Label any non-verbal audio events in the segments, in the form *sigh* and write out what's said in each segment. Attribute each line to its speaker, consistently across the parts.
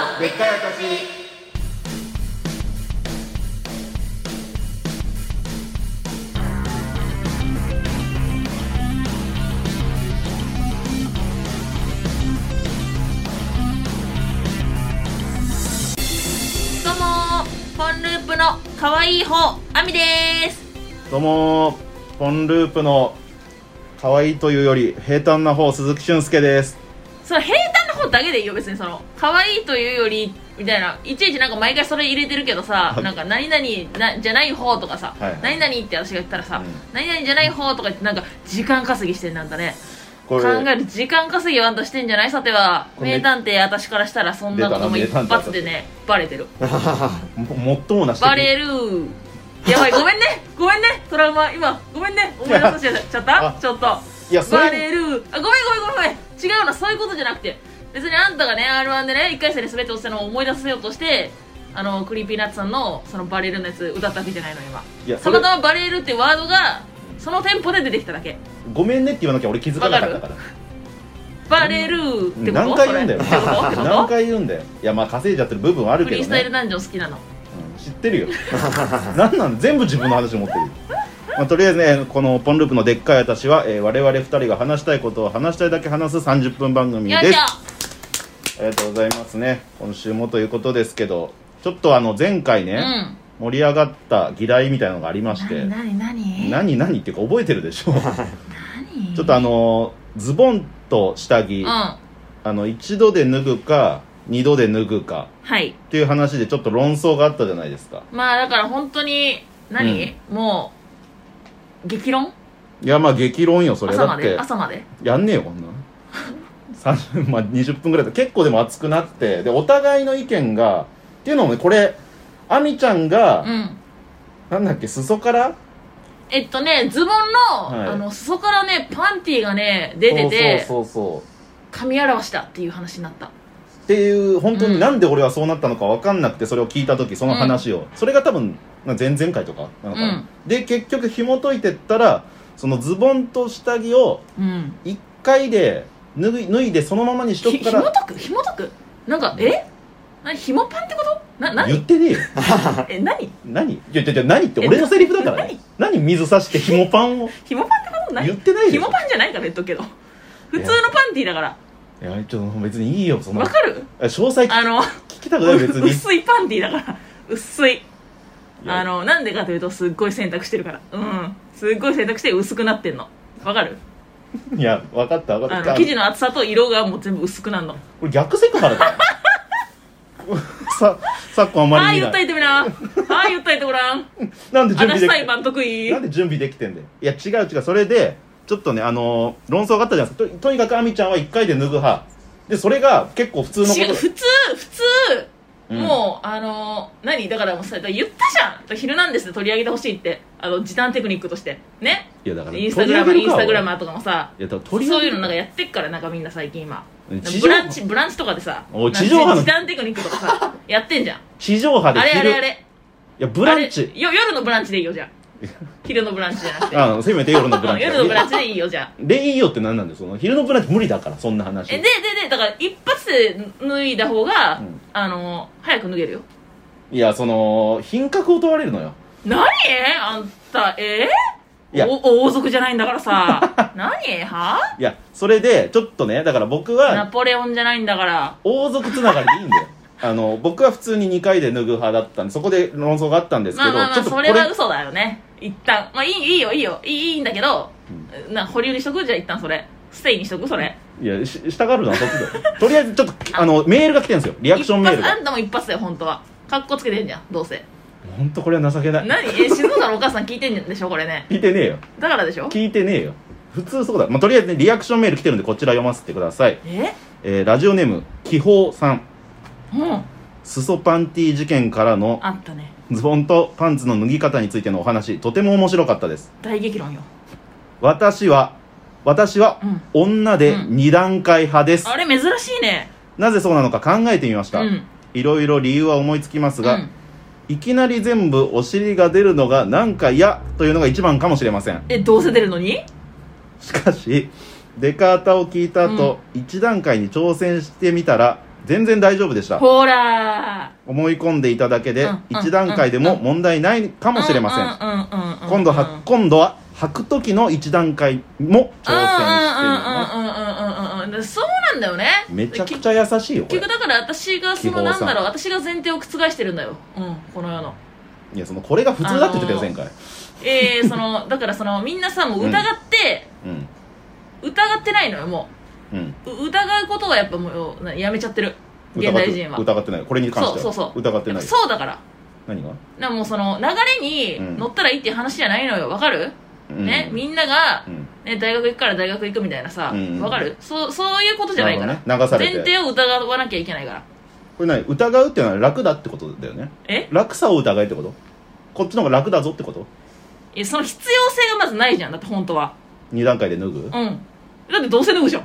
Speaker 1: たち
Speaker 2: どうもーポンループの可愛い方アミです
Speaker 1: どうもポンループの可愛いというより平坦な方鈴木俊介です
Speaker 2: その平坦の方だけでいいよ別にその可愛いというよりみたいないちいちなんか毎回それ入れてるけどさ
Speaker 1: はい
Speaker 2: なんか何々なじゃない方とかさ、
Speaker 1: はい
Speaker 2: 何々って私が言ったらさ、
Speaker 1: うん
Speaker 2: 何々じゃない方とか言ってなんか時間稼ぎしてんなんかね
Speaker 1: こ
Speaker 2: 考
Speaker 1: れ
Speaker 2: える時間稼ぎはあんたしてんじゃないさては
Speaker 1: これ
Speaker 2: 名探偵私からしたらそんなことも
Speaker 1: 出
Speaker 2: 一
Speaker 1: たな名探偵
Speaker 2: 発でねバレてる
Speaker 1: ももっともなし
Speaker 2: バレるやばいごめんねごめんねトラウマ今ごめんね思い出させちゃっ
Speaker 1: あ
Speaker 2: たちょっと
Speaker 1: いやそ
Speaker 2: バ
Speaker 1: れ
Speaker 2: レるあごめんごめんごめんごめん違うなそういうことじゃなくて別にあんたがね r 1でね1回戦で滑って落ちたのを思い出させようとしてあのクリーピーナッツさんのそのバレるのやつ歌ったわけじゃないの今
Speaker 1: いや
Speaker 2: た
Speaker 1: それ
Speaker 2: またまバレるってワードがそのテンポで出てきただけ
Speaker 1: ごめんねって言わなきゃ俺気づかなかったから
Speaker 2: バレるってこと
Speaker 1: 何回言うんだよ
Speaker 2: それってことってこと
Speaker 1: 何回言うんだよいやまあ稼いじゃってる部分はある
Speaker 2: フ
Speaker 1: け
Speaker 2: リー
Speaker 1: ど
Speaker 2: スタイル
Speaker 1: ね、
Speaker 2: ダンジョン好きなの
Speaker 1: うん知ってるよ *laughs* なんなん全部自分の話持ってるまあ、とりあえずねこの「ポンループのでっかい私は」えー我々2人が話したいことを話したいだけ話す30分番組
Speaker 2: よ
Speaker 1: で
Speaker 2: いし
Speaker 1: す
Speaker 2: ょ
Speaker 1: ありがとうございますね今週もということですけどちょっとあの前回
Speaker 2: う
Speaker 1: ね、
Speaker 2: ん
Speaker 1: 盛り上がった議題みたいなのがありまして
Speaker 2: 何何何
Speaker 1: 何何っていうか覚えてるでし
Speaker 2: *laughs*
Speaker 1: ょ
Speaker 2: 何
Speaker 1: ちょっとあのズボンと下着、
Speaker 2: うん
Speaker 1: あ
Speaker 2: は
Speaker 1: の一度で脱ぐか二度で脱ぐか
Speaker 2: い
Speaker 1: っていう話でちょっと論争があったじゃないですか
Speaker 2: まあだから本当に何、もう激論
Speaker 1: いやまあ激論よそれ
Speaker 2: 朝
Speaker 1: だ
Speaker 2: ま
Speaker 1: って
Speaker 2: で朝まで
Speaker 1: やんねえよこんなん30まあ20分ぐら *laughs* いだ結構でも熱くなってでお互いの意見がっていうのもねこれあみちゃんが、
Speaker 2: うん
Speaker 1: なんだっけ裾から
Speaker 2: えっとねズボンの,、
Speaker 1: はい
Speaker 2: あの裾からねパンティーがね出てて
Speaker 1: そうそうそうそう
Speaker 2: 髪表したっていう話になった
Speaker 1: っていう本当
Speaker 2: う
Speaker 1: に
Speaker 2: ん
Speaker 1: なんで俺はそうなったのか分かんなくてそれを聞いた時その話を、それが多分な前々回とかなのかな、
Speaker 2: うん
Speaker 1: で結局紐解いてったらそのズボンと下着を
Speaker 2: うん
Speaker 1: 1回で脱い脱いでそのままにしと
Speaker 2: ひ
Speaker 1: くか
Speaker 2: 紐
Speaker 1: ら
Speaker 2: 解く紐解くなんかえ何紐パンってことな
Speaker 1: 言っ
Speaker 2: 何 *laughs*
Speaker 1: てねえよ
Speaker 2: え何
Speaker 1: 何いやいやいや何って俺のセリフだからね何水差して紐パンを
Speaker 2: 紐パンってこと
Speaker 1: 言
Speaker 2: 何
Speaker 1: ってないでし
Speaker 2: 紐
Speaker 1: ょ
Speaker 2: パンじゃないから言っとくけど普通のパンティーだから
Speaker 1: いやちょっと別にいいよその
Speaker 2: わかる
Speaker 1: 詳細聞
Speaker 2: あの
Speaker 1: きたくない別
Speaker 2: *laughs*
Speaker 1: に
Speaker 2: 薄いパンティーだから薄い
Speaker 1: いや
Speaker 2: あのなんでかというとすっごい洗濯してるからうんすっごい洗濯して薄くなってんのわかる
Speaker 1: いや分かった分か
Speaker 2: あ
Speaker 1: った
Speaker 2: の生地の厚さと色がもう全部薄くなるの
Speaker 1: これ逆セクハラ
Speaker 2: *laughs*
Speaker 1: だよさ昨今あま
Speaker 2: は
Speaker 1: り
Speaker 2: い
Speaker 1: 見
Speaker 2: 訴
Speaker 1: ない
Speaker 2: えてみなはい訴えてご
Speaker 1: *laughs*
Speaker 2: らん
Speaker 1: なんで準備
Speaker 2: 私
Speaker 1: で
Speaker 2: 裁
Speaker 1: き
Speaker 2: 判得意
Speaker 1: なんで準備できてんだよいや違う違うそれでちょっとねあのー論争があったじゃないですかととにかくあみちゃんは1回で脱ぐ派でそれが結構普通のこと
Speaker 2: 違う普通普通、
Speaker 1: うん
Speaker 2: もうあのー何だからもうさだから言ったじゃんだから「ヒルナンデス」で取り上げてほしいってあの時短テクニックとしてね
Speaker 1: いやだから
Speaker 2: インスタグラマー
Speaker 1: 取
Speaker 2: イ
Speaker 1: り
Speaker 2: ンスタ
Speaker 1: 上げ
Speaker 2: グ
Speaker 1: る
Speaker 2: ラ
Speaker 1: か
Speaker 2: マーとかもさ
Speaker 1: 俺いやだから
Speaker 2: そう
Speaker 1: 取り上げ
Speaker 2: い
Speaker 1: る
Speaker 2: うのなんかやってっからなんかみんな最近今
Speaker 1: 地
Speaker 2: ブ
Speaker 1: 上
Speaker 2: ランチブランチとかでさ
Speaker 1: おい地上
Speaker 2: な
Speaker 1: 波の
Speaker 2: んか時短テクニックとかさやってんじゃん
Speaker 1: 地上波で
Speaker 2: あれあ
Speaker 1: 昼
Speaker 2: れあれ
Speaker 1: いやブランチ
Speaker 2: あれよ夜のブランチでいいよじ
Speaker 1: *laughs*
Speaker 2: ゃあ昼のブランチじゃなくて
Speaker 1: あせめて夜のブラン
Speaker 2: *laughs*
Speaker 1: チ
Speaker 2: 夜のブランチでいいよじゃ
Speaker 1: *laughs*
Speaker 2: あ
Speaker 1: でいいよって何なんだよその昼のブランチ無理だからそんな話
Speaker 2: えでででだから一発で脱いだ方が、
Speaker 1: うん
Speaker 2: あの早く脱げるよ
Speaker 1: いやその品格を問われるのよ
Speaker 2: 何あんたえ
Speaker 1: いや
Speaker 2: ー、お王族じゃないんだから
Speaker 1: *laughs*
Speaker 2: さ何はい
Speaker 1: やそれでちょっとねだから僕
Speaker 2: ナ
Speaker 1: は
Speaker 2: ポレオンじゃないんだから
Speaker 1: 王族つながりでいいんだよあの僕は普通に2回で脱ぐ派だったんでそこで論争があったんですけ
Speaker 2: ま
Speaker 1: ど
Speaker 2: あまあま
Speaker 1: ちょ
Speaker 2: あ
Speaker 1: っと
Speaker 2: そ
Speaker 1: こ
Speaker 2: れは嘘だよね一旦まあいいいいよいいよいいいいんだけど、な保留にしとくじゃあ一旦それステイにしとくそれ
Speaker 1: いやししたがるのはそっちだよ *laughs* とりあえずちょっとあのメールが来てるんですよリアクションメール
Speaker 2: 一発あ
Speaker 1: が
Speaker 2: んたも一発だよ本当はかっこつけてんじゃんどうせ
Speaker 1: 本当これは情けな
Speaker 2: *laughs*
Speaker 1: い
Speaker 2: 何え静岡のお母さん聞いてんでしょこれね
Speaker 1: 聞いてねえよ
Speaker 2: だからでしょ
Speaker 1: 聞いてねえよ普通そうだ、まあ、とりあえずねリアクションメール来てるんでこちら読ませてください、
Speaker 2: え
Speaker 1: えーラジオネーム気泡さん
Speaker 2: うん
Speaker 1: 裾パンティ事件からの
Speaker 2: あったね
Speaker 1: ズボンとパンツの脱ぎ方についてのお話とても面白かったです
Speaker 2: 大激論よ
Speaker 1: 私は私は
Speaker 2: うん
Speaker 1: 女で2段階派です、
Speaker 2: あれ珍しいね
Speaker 1: なぜそうなのか考えてみまし
Speaker 2: う
Speaker 1: た、
Speaker 2: ん
Speaker 1: いろいろ理由は思いつきますが、
Speaker 2: うん
Speaker 1: いきなり全部お尻が出るのがなんか嫌というのが一番かもしれません
Speaker 2: えどうせ出るのに
Speaker 1: しかしデカータを聞いた後、一段階に挑戦してみたら全然大丈夫でした
Speaker 2: ほら
Speaker 1: 思い込んでいただけで
Speaker 2: うん
Speaker 1: 一段階でも問題ないか
Speaker 2: ー
Speaker 1: もしれません
Speaker 2: うんうんうんうんうん
Speaker 1: 今度は今度は履く時の一段階も挑戦してみます
Speaker 2: うんうんうんうんうんうんうんうんそうなんだよね
Speaker 1: めちゃく
Speaker 2: き
Speaker 1: ちゃ優しいよこ
Speaker 2: 結
Speaker 1: れ
Speaker 2: 局だから私がそ
Speaker 1: 希望
Speaker 2: の
Speaker 1: さ
Speaker 2: なんだ
Speaker 1: ん
Speaker 2: ろう私が前提を覆してるんだようんこの世の
Speaker 1: いやそのこれが普通だって言ってたよ
Speaker 2: あの
Speaker 1: 前
Speaker 2: ー
Speaker 1: 回
Speaker 2: ええそのだからそのみんなさもう疑って、
Speaker 1: うん
Speaker 2: 疑ってないのよも
Speaker 1: うん
Speaker 2: うう疑うことはやっぱもうなやめちゃってる現代人は
Speaker 1: 疑って疑ってないこれに関しては
Speaker 2: そうそうそ
Speaker 1: 疑って
Speaker 2: やっ
Speaker 1: な
Speaker 2: ぱ
Speaker 1: い
Speaker 2: そうだから
Speaker 1: 何が
Speaker 2: なもうその流れに乗ったらいいっていう話じゃないのよわかる、
Speaker 1: うん
Speaker 2: ねみんなが
Speaker 1: う、ん
Speaker 2: ね、大学行くから大学行くみたいなさわ、
Speaker 1: うん
Speaker 2: かるそうそういうことじゃないから、
Speaker 1: なるほどね流され
Speaker 2: 前
Speaker 1: て
Speaker 2: 提を疑わなきゃいけないから
Speaker 1: これ何疑うっていうのは楽だってことだよね
Speaker 2: え
Speaker 1: 楽さを疑えってことこっちの方が楽だぞってこと
Speaker 2: いやその必要性がまずないじゃんだって本当は
Speaker 1: 二段階で脱ぐ
Speaker 2: うん。だってどうせ脱ぐじゃん。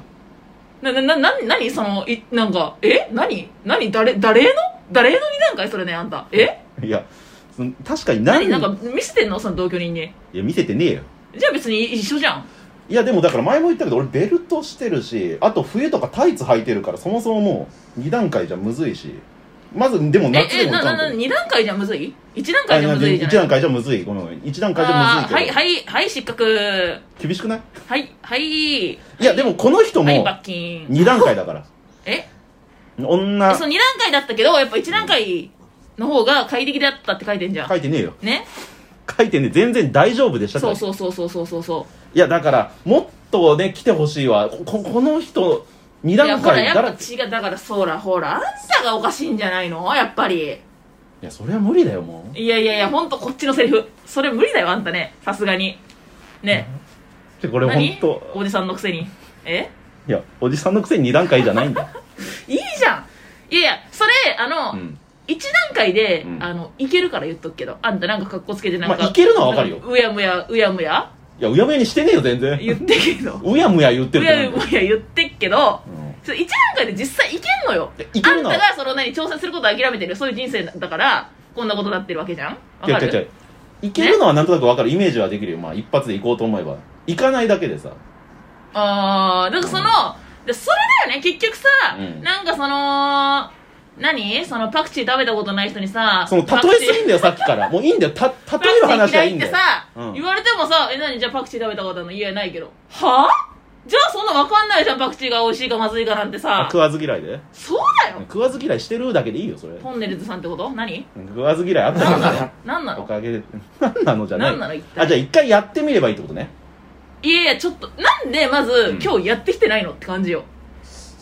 Speaker 2: な、な、な、な、なにその、い、なんか、え何何誰、誰の誰の二段階それね、あんた。え
Speaker 1: いやその確かに
Speaker 2: 何
Speaker 1: 何
Speaker 2: なんか見せてんのその同居人に。
Speaker 1: いや見せてねえよ
Speaker 2: じゃあ別に一緒じゃん。
Speaker 1: いやでもだから前も言ったけど俺ベルトしてるしあと冬とかタイツ履いてるからそもそももう2段階じゃむずいしまずで
Speaker 2: え、
Speaker 1: も夏で
Speaker 2: え、
Speaker 1: も
Speaker 2: な、
Speaker 1: い
Speaker 2: な、
Speaker 1: かんけ
Speaker 2: な、
Speaker 1: ど
Speaker 2: 二段階じゃむずい一段階じゃむずいじゃ
Speaker 1: 1
Speaker 2: ない
Speaker 1: 段階じゃむずいごめんごめん1段階じゃむ
Speaker 2: あー
Speaker 1: ずい
Speaker 2: は
Speaker 1: け
Speaker 2: い、
Speaker 1: ど、
Speaker 2: はい、はい、失格。
Speaker 1: 厳しくない
Speaker 2: はい、はい。
Speaker 1: いやでもこの人
Speaker 2: はい、
Speaker 1: も
Speaker 2: 罰金。
Speaker 1: 2段階だから
Speaker 2: え
Speaker 1: 女
Speaker 2: その二段階だったけど、やっぱ一段階の方が快適だったって書いてんじゃん
Speaker 1: 書。いてねえよ
Speaker 2: ね
Speaker 1: 書いてねえ全然大丈夫でしたから
Speaker 2: そうそうそうそうそうそうそう。
Speaker 1: いやだからもっとね来てほしいわこここの人2
Speaker 2: いや
Speaker 1: 段
Speaker 2: ほら
Speaker 1: 階
Speaker 2: やっ
Speaker 1: だ
Speaker 2: ぱ
Speaker 1: らい
Speaker 2: 違うだからそうらほらあんたがおかしいんじゃないのやっぱり
Speaker 1: やそれは無理だよも
Speaker 2: いやいやいやほんとこっちのセリフそれ無理だよあんたねさすがにね
Speaker 1: うでこれ
Speaker 2: 何
Speaker 1: 本当
Speaker 2: おじさんのくせにえ
Speaker 1: いやおじさんのくせに2段階じゃないんだよ、
Speaker 2: いいじゃんいやいやそれあの、
Speaker 1: うん、
Speaker 2: 一段階で、
Speaker 1: うん
Speaker 2: あのいけるから言っとくけどあんたなんか格好つけてなんか、
Speaker 1: まあいけるのはわかるよ
Speaker 2: うやむやうやむや
Speaker 1: いやうやむやにしてねえよ全然
Speaker 2: 言ってけど
Speaker 1: うやむ *laughs* や言って
Speaker 2: う
Speaker 1: ると思
Speaker 2: や
Speaker 1: う
Speaker 2: むや言ってっけど
Speaker 1: うん
Speaker 2: それ一段階で実際いけんのよ
Speaker 1: いやいけるの
Speaker 2: あんたがその何挑戦することを諦めてるそういう人生だからこんなことになってるわけじゃんわ
Speaker 1: 違う
Speaker 2: かる
Speaker 1: 違う違ういけるのはなんとなくわかるイメージはできるよまあ一発で行こうと思えば行かないだけでさ
Speaker 2: ああだからその、でそれだよね結局さ、
Speaker 1: うん
Speaker 2: なんかその何そのパクチー食べたことない人にさ
Speaker 1: その例
Speaker 2: パク
Speaker 1: え
Speaker 2: チ
Speaker 1: すぎんだよさっきからもういいんだよた
Speaker 2: ー
Speaker 1: 例える
Speaker 2: パク
Speaker 1: 話
Speaker 2: チー嫌
Speaker 1: はいい
Speaker 2: い
Speaker 1: ん
Speaker 2: っ
Speaker 1: だ
Speaker 2: て
Speaker 1: よ
Speaker 2: さ、
Speaker 1: うん
Speaker 2: 言われてもさえ何じゃあパクチー食べたことあるの言えないけどはあじゃあそんなわかんないじゃんパクチーが美味しいかまずいかなんて
Speaker 1: あ
Speaker 2: さ
Speaker 1: 食わず嫌いで
Speaker 2: そうだよ
Speaker 1: 食わず嫌いしてるだけでいいよそれ
Speaker 2: トンネルズさんってこと何
Speaker 1: 食わず嫌いあったけどね
Speaker 2: 何な
Speaker 1: お
Speaker 2: の
Speaker 1: かげで *laughs* 何なのじゃない
Speaker 2: 何なの一体
Speaker 1: あじゃあ一回やってみればいいってことね
Speaker 2: いやいやちょっとなんでまず、
Speaker 1: ん
Speaker 2: 今日やってきてないのって感じよ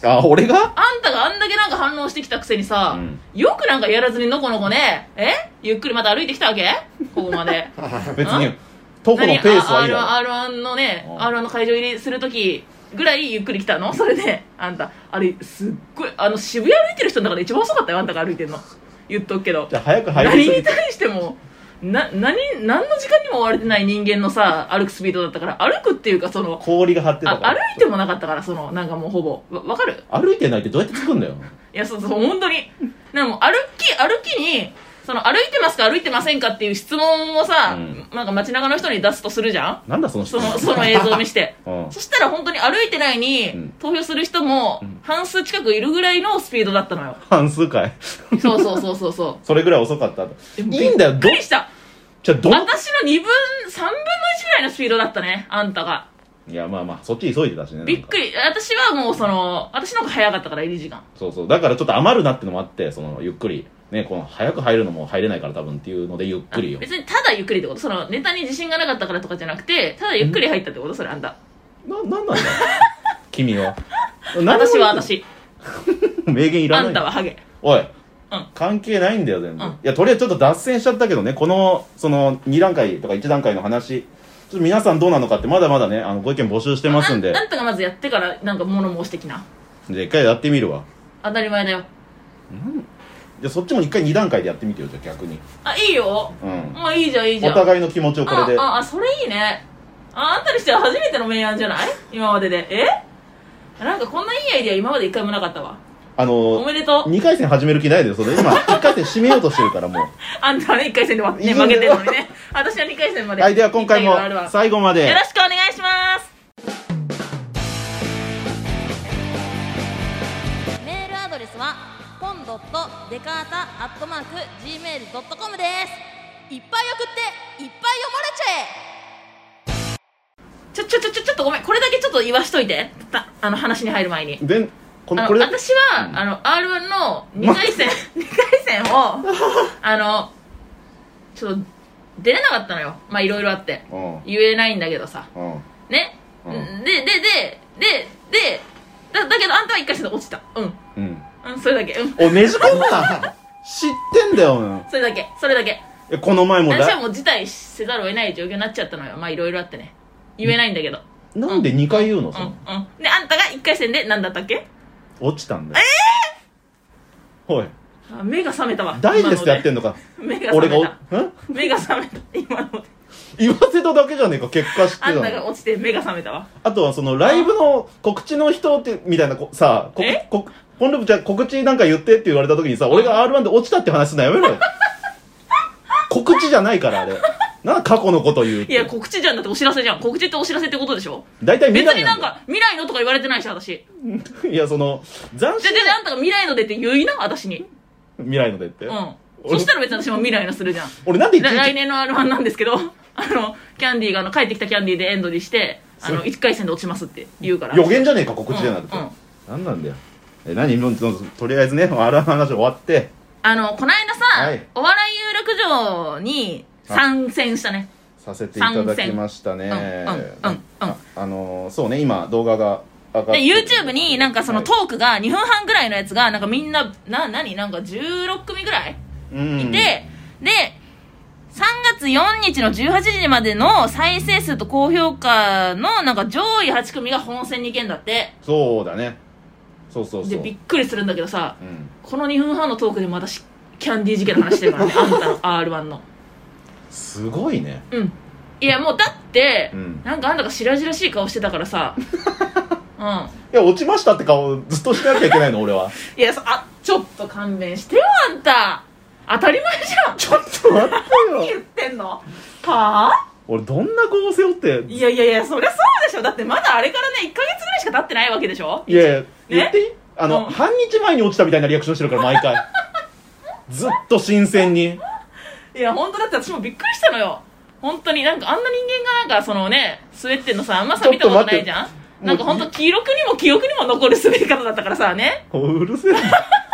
Speaker 1: あ俺が
Speaker 2: あんたがあんだけなんか反応してきたくせにさ、
Speaker 1: うん
Speaker 2: よくなんかやらずにのこのこね、えゆっくりまた歩いてきたわけここま
Speaker 1: *laughs*
Speaker 2: で。
Speaker 1: 別
Speaker 2: う
Speaker 1: に
Speaker 2: ん
Speaker 1: 徒歩のペースはいいだろ
Speaker 2: あ R1, R1 のね、
Speaker 1: うん
Speaker 2: R1 の会場入りするときぐらいゆっくり来たのそれで、あんた、あれ、すっごい、あの、渋谷歩いてる人の中で一番遅かったよ、あんたが歩いてんの。言っとくけど
Speaker 1: じ。ゃあ早く入
Speaker 2: 何
Speaker 1: り
Speaker 2: に対しても、な、何、何の時間にも追われてない人間のさ、歩くスピードだったから、歩くっていうか、その、
Speaker 1: 氷が張ってた
Speaker 2: あ
Speaker 1: か
Speaker 2: 歩
Speaker 1: ら
Speaker 2: いてもなかったから、その、なんかもうほぼ、わわかる
Speaker 1: 歩いてないってどうやって作るんだよ
Speaker 2: いや、そうそう、本当に。なんかもう歩き、歩きに、その、歩いてますか歩いてませんかっていう質問をさ、
Speaker 1: うん
Speaker 2: なんか街中の人に出すとするじゃん
Speaker 1: なんだその人
Speaker 2: その、その映像を見して。
Speaker 1: うん
Speaker 2: そしたら本当に歩いてないうに
Speaker 1: ん、
Speaker 2: 投票する人も
Speaker 1: ん、
Speaker 2: 半数近くいるぐらいのスピードだったのよ。
Speaker 1: 半数回
Speaker 2: そうそうそうそうそう。
Speaker 1: それぐらい遅かったい
Speaker 2: で
Speaker 1: い
Speaker 2: も
Speaker 1: んだよ
Speaker 2: びっ
Speaker 1: ど
Speaker 2: くりした。
Speaker 1: じゃあどん
Speaker 2: 私の2分、3分の1ぐらいのスピードだったね、あんたが。
Speaker 1: いやまあまあそっち急いでたしねなんか
Speaker 2: びっくり。私はもうその、私の方が早かったから、入り時間。
Speaker 1: そうそうだからちょっと余るなってのもあってそのゆっくりねこの早く入るのも入れないから多分っていうのでゆっくりよ
Speaker 2: 別にただゆっくりってことその、ネタに自信がなかったからとかじゃなくて、ただゆっくり入ったってことそれ、あんた。
Speaker 1: ななんなんだよ君は何でも
Speaker 2: 私は私
Speaker 1: 名言いら
Speaker 2: あ
Speaker 1: ない
Speaker 2: んた
Speaker 1: よ
Speaker 2: はハゲ
Speaker 1: おい、
Speaker 2: うん
Speaker 1: 関係ないんだよ全部、
Speaker 2: うん
Speaker 1: いやとりあえずちょっと脱線しちゃったけどねこのその2段階とか1段階の話ちょっと皆さんどうなのかってまだまだねあのご意見募集してますんで
Speaker 2: ああんたがまずやってからなんか物申してきな
Speaker 1: で一回やってみるわ
Speaker 2: 当たり前だよ
Speaker 1: じゃあそっちも一回2段階でやってみてよじゃあ逆に
Speaker 2: あいいよ
Speaker 1: うん
Speaker 2: まあいいじゃんいいじ
Speaker 1: お
Speaker 2: ゃん
Speaker 1: 互いの気持ちをこれで
Speaker 2: あああそれいいねああんたにしては初めての明暗じゃない今まででえなんかこんないいアイディア今まで一回もなかったわ
Speaker 1: あ
Speaker 2: お
Speaker 1: の
Speaker 2: めでとう
Speaker 1: 2回戦始める気ないでよそれ今1回戦締めようとしてるからもう
Speaker 2: あんたはね1回戦で、ね、負けてるのにね *laughs* 私は2回戦まで
Speaker 1: はい、では今回も
Speaker 2: 行ったけどあるわ
Speaker 1: 最後まで
Speaker 2: よろしくお願いします
Speaker 3: メールアドレスはデカータアットマーク Gmail.com ですいっぱい送っていっぱい読まれちゃえ
Speaker 2: ちょちょちょちょちょっとごめんこれだけちょっと言わしといてたあの話に入る前に
Speaker 1: でこ
Speaker 2: あ
Speaker 1: の
Speaker 2: の
Speaker 1: これだ
Speaker 2: 私は、あの r 1の2回
Speaker 1: *laughs*
Speaker 2: 戦二回戦をあのちょっと出れなかったのよまあいろいろあって
Speaker 1: うん
Speaker 2: 言えないんだけどさ
Speaker 1: うん
Speaker 2: ね、
Speaker 1: うん
Speaker 2: でででででだだけどあんたは1回戦で落ちたうん
Speaker 1: うん
Speaker 2: うんそれだけうん
Speaker 1: おねじ込む
Speaker 2: *laughs*
Speaker 1: な知ってんだようん
Speaker 2: それだけそれだけ
Speaker 1: えこの前も
Speaker 2: 私は
Speaker 1: だ
Speaker 2: もう辞退せざるを得ない状況になっちゃったのよまあいろいろあってね言えないんだけど
Speaker 1: なんで2回言うの
Speaker 2: う
Speaker 1: そ
Speaker 2: んう
Speaker 1: の
Speaker 2: んであんたが1回戦で何だったっけ
Speaker 1: 落ちたんだよえおい
Speaker 2: あ目が覚めたわ
Speaker 1: ダイジェストやってんのか
Speaker 2: 今ので目が
Speaker 1: 俺
Speaker 2: 覚
Speaker 1: がお
Speaker 2: めた
Speaker 1: ん
Speaker 2: 目が覚めた今ので
Speaker 1: *laughs* 言わせただけじゃねえか結果知って
Speaker 2: あ
Speaker 1: た
Speaker 2: んたが
Speaker 1: の
Speaker 2: 落ちて目が覚めたわ
Speaker 1: あとはそのライブの告知の人ってみたいなこさこ
Speaker 2: え
Speaker 1: こポンルブちゃん告知なんか言ってって言われた時にさ俺が R1 で落ちたって話すのやめろ
Speaker 2: *laughs*
Speaker 1: よ告知じゃないからあれなんか過去のこと言うっ
Speaker 2: い
Speaker 1: て
Speaker 2: や告知じゃんだってお知らせじゃん告知ってお知らせってことでしょ
Speaker 1: 大体
Speaker 2: 別
Speaker 1: 未来
Speaker 2: に
Speaker 1: な
Speaker 2: なんん
Speaker 1: だ
Speaker 2: か未来のとか言われてないし私
Speaker 1: よいやその斬
Speaker 2: じゃ
Speaker 1: 新
Speaker 2: あじゃああんたが未来のでって言いな私に
Speaker 1: 未来のでって、
Speaker 2: うんそ
Speaker 1: 俺
Speaker 2: したら別に私も未来のするじゃ
Speaker 1: *laughs*
Speaker 2: ん
Speaker 1: 俺なんでいちい
Speaker 2: 来
Speaker 1: ち
Speaker 2: 来年の r 1なんですけど *laughs* あのキャンディーがあの帰ってきたキャンディーでエンドにしてあの
Speaker 1: そう
Speaker 2: 1回戦で落ちますって言うから
Speaker 1: 予言じゃねえか告知じゃなくて、
Speaker 2: うんうん
Speaker 1: なんなんだよえ何もうととりあえずね R1 の話終わって
Speaker 2: あのこないださ、
Speaker 1: はい
Speaker 2: お笑い有楽町に参戦したね
Speaker 1: させていただきましたね
Speaker 2: 参戦うんうんうん
Speaker 1: ああのーそうね今動画が上がっ
Speaker 2: で
Speaker 1: て
Speaker 2: YouTube になんかその
Speaker 1: はい
Speaker 2: トークが2分半ぐらいのやつがなんかみんなな何なんか16組ぐらい
Speaker 1: うん
Speaker 2: いて、で3月4日の18時までの再生数と高評価のなんか上位8組が本戦に行けんだって
Speaker 1: そうだねそうそうそう
Speaker 2: でびっくりするんだけどさ
Speaker 1: うん、
Speaker 2: この2分半のトークでまたしキャンディー事件の話してる *laughs* からねあんたの r 1の
Speaker 1: すごいね
Speaker 2: うんいやもうだって、
Speaker 1: うん
Speaker 2: なんかあんたが白々しい顔してたから *laughs* さうん
Speaker 1: いや落ちましたって顔ずっとしてなきゃいけないの
Speaker 2: *laughs*
Speaker 1: 俺はい
Speaker 2: やそあちょっと勘弁してよあんた当たり前じゃん
Speaker 1: ちょっと待って
Speaker 2: *laughs* 言
Speaker 1: よ
Speaker 2: ってんのはあ
Speaker 1: 俺どんな顔背負って
Speaker 2: いやいやいやそりゃそうでしょだってまだあれからね1ヶ月ぐらいしか経ってないわけでしょ
Speaker 1: いやいや、言っていいあの、
Speaker 2: うん
Speaker 1: 半日前に落ちたみたいなリアクションしてるから毎
Speaker 2: *laughs*
Speaker 1: 回ずっと新鮮に
Speaker 2: いや本当だって私もびっくりしたのよ本当になんかあんな人間がなんかそのね滑ってんのさあんまさ見たことないじゃん
Speaker 1: て
Speaker 2: なんか本当記録にも記憶にも残る滑り方だったからさね
Speaker 1: うるせえな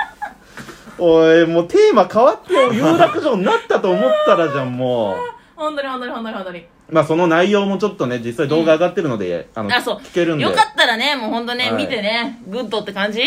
Speaker 1: *laughs* おいもうテーマ変わってよ有楽町になったと思ったらじゃんも
Speaker 2: 本当に本当に本当に本当に
Speaker 1: うまあその内容もちょっとね実際動画上がってるので、あの
Speaker 2: あそう
Speaker 1: 聞けるんで
Speaker 2: よかったらねもう本当ね、
Speaker 1: はい
Speaker 2: 見てねグッドって感じ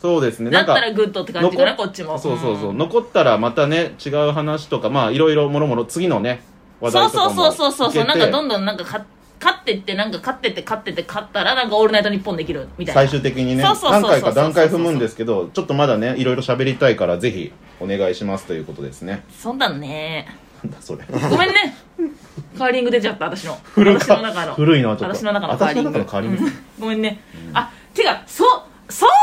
Speaker 1: そうですね
Speaker 2: だ
Speaker 1: な
Speaker 2: っ
Speaker 1: ん
Speaker 2: た
Speaker 1: から
Speaker 2: グッドって感じかな
Speaker 1: 残
Speaker 2: こっちも
Speaker 1: そうそうそう、
Speaker 2: ん
Speaker 1: 残ったらまたね違う話とかまあいろいろもろもろ次のね話
Speaker 2: そ
Speaker 1: 題
Speaker 2: う
Speaker 1: とか
Speaker 2: そう
Speaker 1: も
Speaker 2: そうそうそうそう
Speaker 1: 聞け
Speaker 2: な
Speaker 1: て
Speaker 2: んかどんどんなんかか勝ってってなんか勝ってって勝ってって勝ったらなんかオールナイトニッポンできるみたいな
Speaker 1: 最終的にね
Speaker 2: そうそうそう
Speaker 1: 何
Speaker 2: そう
Speaker 1: 回か段階踏むんですけどちょっとまだねいろいろ喋りたいからぜひお願いしますということですね
Speaker 2: そうだね
Speaker 1: なんだそれ
Speaker 2: ごめんねカーリング出ちゃった私の
Speaker 1: 古か
Speaker 2: *laughs* 私の中の
Speaker 1: 古いなちょっと
Speaker 2: 私の中のカーリング
Speaker 1: 私の中のカーリング
Speaker 2: うんごめんね、あてかそうそうだ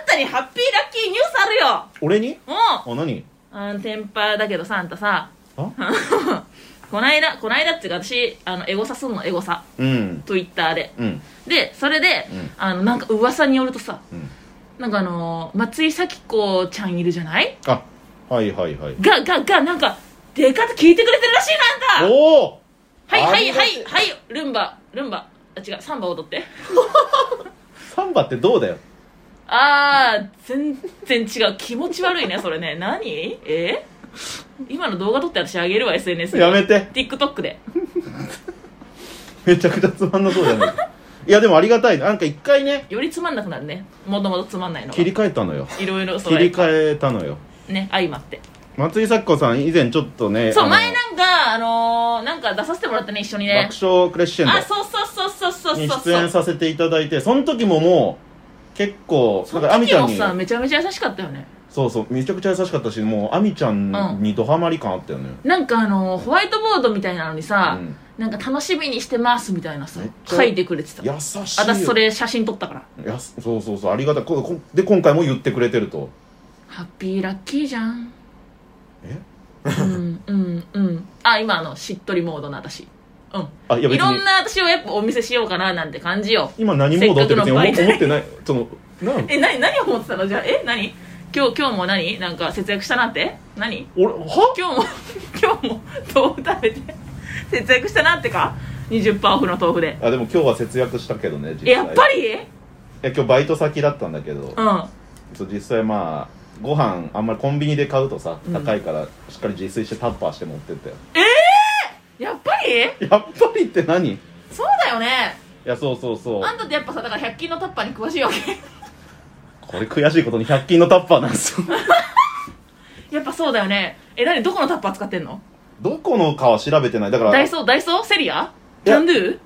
Speaker 2: あんたにハッピーラッキーニュースあるよ
Speaker 1: 俺に
Speaker 2: もう
Speaker 1: あ何
Speaker 2: あのテンパだけどさあんたさ
Speaker 1: あ
Speaker 2: *laughs* こないだこないだっていうか私あのエゴサすんのエゴサ
Speaker 1: うん
Speaker 2: ツイッターで
Speaker 1: うん
Speaker 2: でそれで、
Speaker 1: うん
Speaker 2: あのなんか噂によるとさ
Speaker 1: うん
Speaker 2: なんかあのー松井咲子ちゃんいるじゃない
Speaker 1: あはいはいはい
Speaker 2: がががなんか出方聞いてくれてるらしいなあんた
Speaker 1: おお
Speaker 2: はいは
Speaker 1: あ
Speaker 2: い
Speaker 1: りが
Speaker 2: は
Speaker 1: て
Speaker 2: いはいルンバルンバあ違うサンバ踊って
Speaker 1: サンバってどうだよ
Speaker 2: あー全然違う気持ち悪いねそれね何え今の動画撮って私あげるわ SNS に
Speaker 1: やめて
Speaker 2: TikTok で
Speaker 1: めちゃくちゃつまんなそうじゃないかいやでもありがたいなんか一回ね
Speaker 2: よりつまんなくなるねもともとつまんないのが
Speaker 1: 切り替えたのよ
Speaker 2: いろいろそ
Speaker 1: 切
Speaker 2: れ
Speaker 1: り替えたのよ
Speaker 2: ね相まって
Speaker 1: 松井咲子さん以前ちょっとね
Speaker 2: そ
Speaker 1: あ
Speaker 2: う
Speaker 1: の
Speaker 2: 前なんかあのー、なんか出させてもらったね一緒にね
Speaker 1: 爆笑クレッシェンド
Speaker 2: あそうそうそうそうそう
Speaker 1: に
Speaker 2: そう
Speaker 1: 出演させていただいてその時ももう結構
Speaker 2: そ
Speaker 1: なん
Speaker 2: の
Speaker 1: か亜美
Speaker 2: 時
Speaker 1: ちゃ
Speaker 2: も
Speaker 1: んに
Speaker 2: さめちゃめちゃ優しかったよね
Speaker 1: そうそうめちゃくちゃ優しかったしもう亜美ちゃんにドハマり感あったよね、
Speaker 2: なんかあのホワイトボードみたいなのにさ、
Speaker 1: うん
Speaker 2: なんか楽しみにしてますみたいなさ
Speaker 1: めっちゃ
Speaker 2: 書いてくれてた
Speaker 1: 優しいよ
Speaker 2: 私それ写真撮ったから
Speaker 1: やすそうそうそうありがたいここで今回も言ってくれてると
Speaker 2: ハッピーラッキーじゃん
Speaker 1: え
Speaker 2: うんうんうんあ今あのしっとりモードの私うん
Speaker 1: あい
Speaker 2: い
Speaker 1: や別
Speaker 2: ろ
Speaker 1: に
Speaker 2: んな私をやっぱお見せしようかななんて感じよ
Speaker 1: 今何モードって別に思
Speaker 2: せっかくの
Speaker 1: 思ってないそのなん
Speaker 2: え何何を思ってたのじゃあえ何今日今日も何なんか節約したなって何
Speaker 1: 俺は
Speaker 2: 今日も *laughs* 今日も豆腐食べて節約したなってか20%オフの豆腐で
Speaker 1: あでも今日は節約したけどね実際
Speaker 2: えやっぱり
Speaker 1: いや今日バイト先だったんだけど、
Speaker 2: うん
Speaker 1: そう実際まあご飯あんまりコンビニで買うとさ
Speaker 2: うん
Speaker 1: 高いからしっかり自炊してタッパーして持ってったよ、
Speaker 2: やっぱり
Speaker 1: やっぱりって何い
Speaker 2: そうだよね
Speaker 1: やそうそうそう
Speaker 2: あんたってやっぱさだから100均のタッパーに詳しいわけ *laughs*
Speaker 1: これ悔しいことに100均のタッパーなんですよ
Speaker 2: やっぱそうだよねえ何どこのタッパー使ってんの
Speaker 1: どこのかは調べてないだか
Speaker 2: ダ
Speaker 1: ら
Speaker 2: イソーダイソーセリア
Speaker 1: い
Speaker 2: キ
Speaker 1: や
Speaker 2: ャンドゥ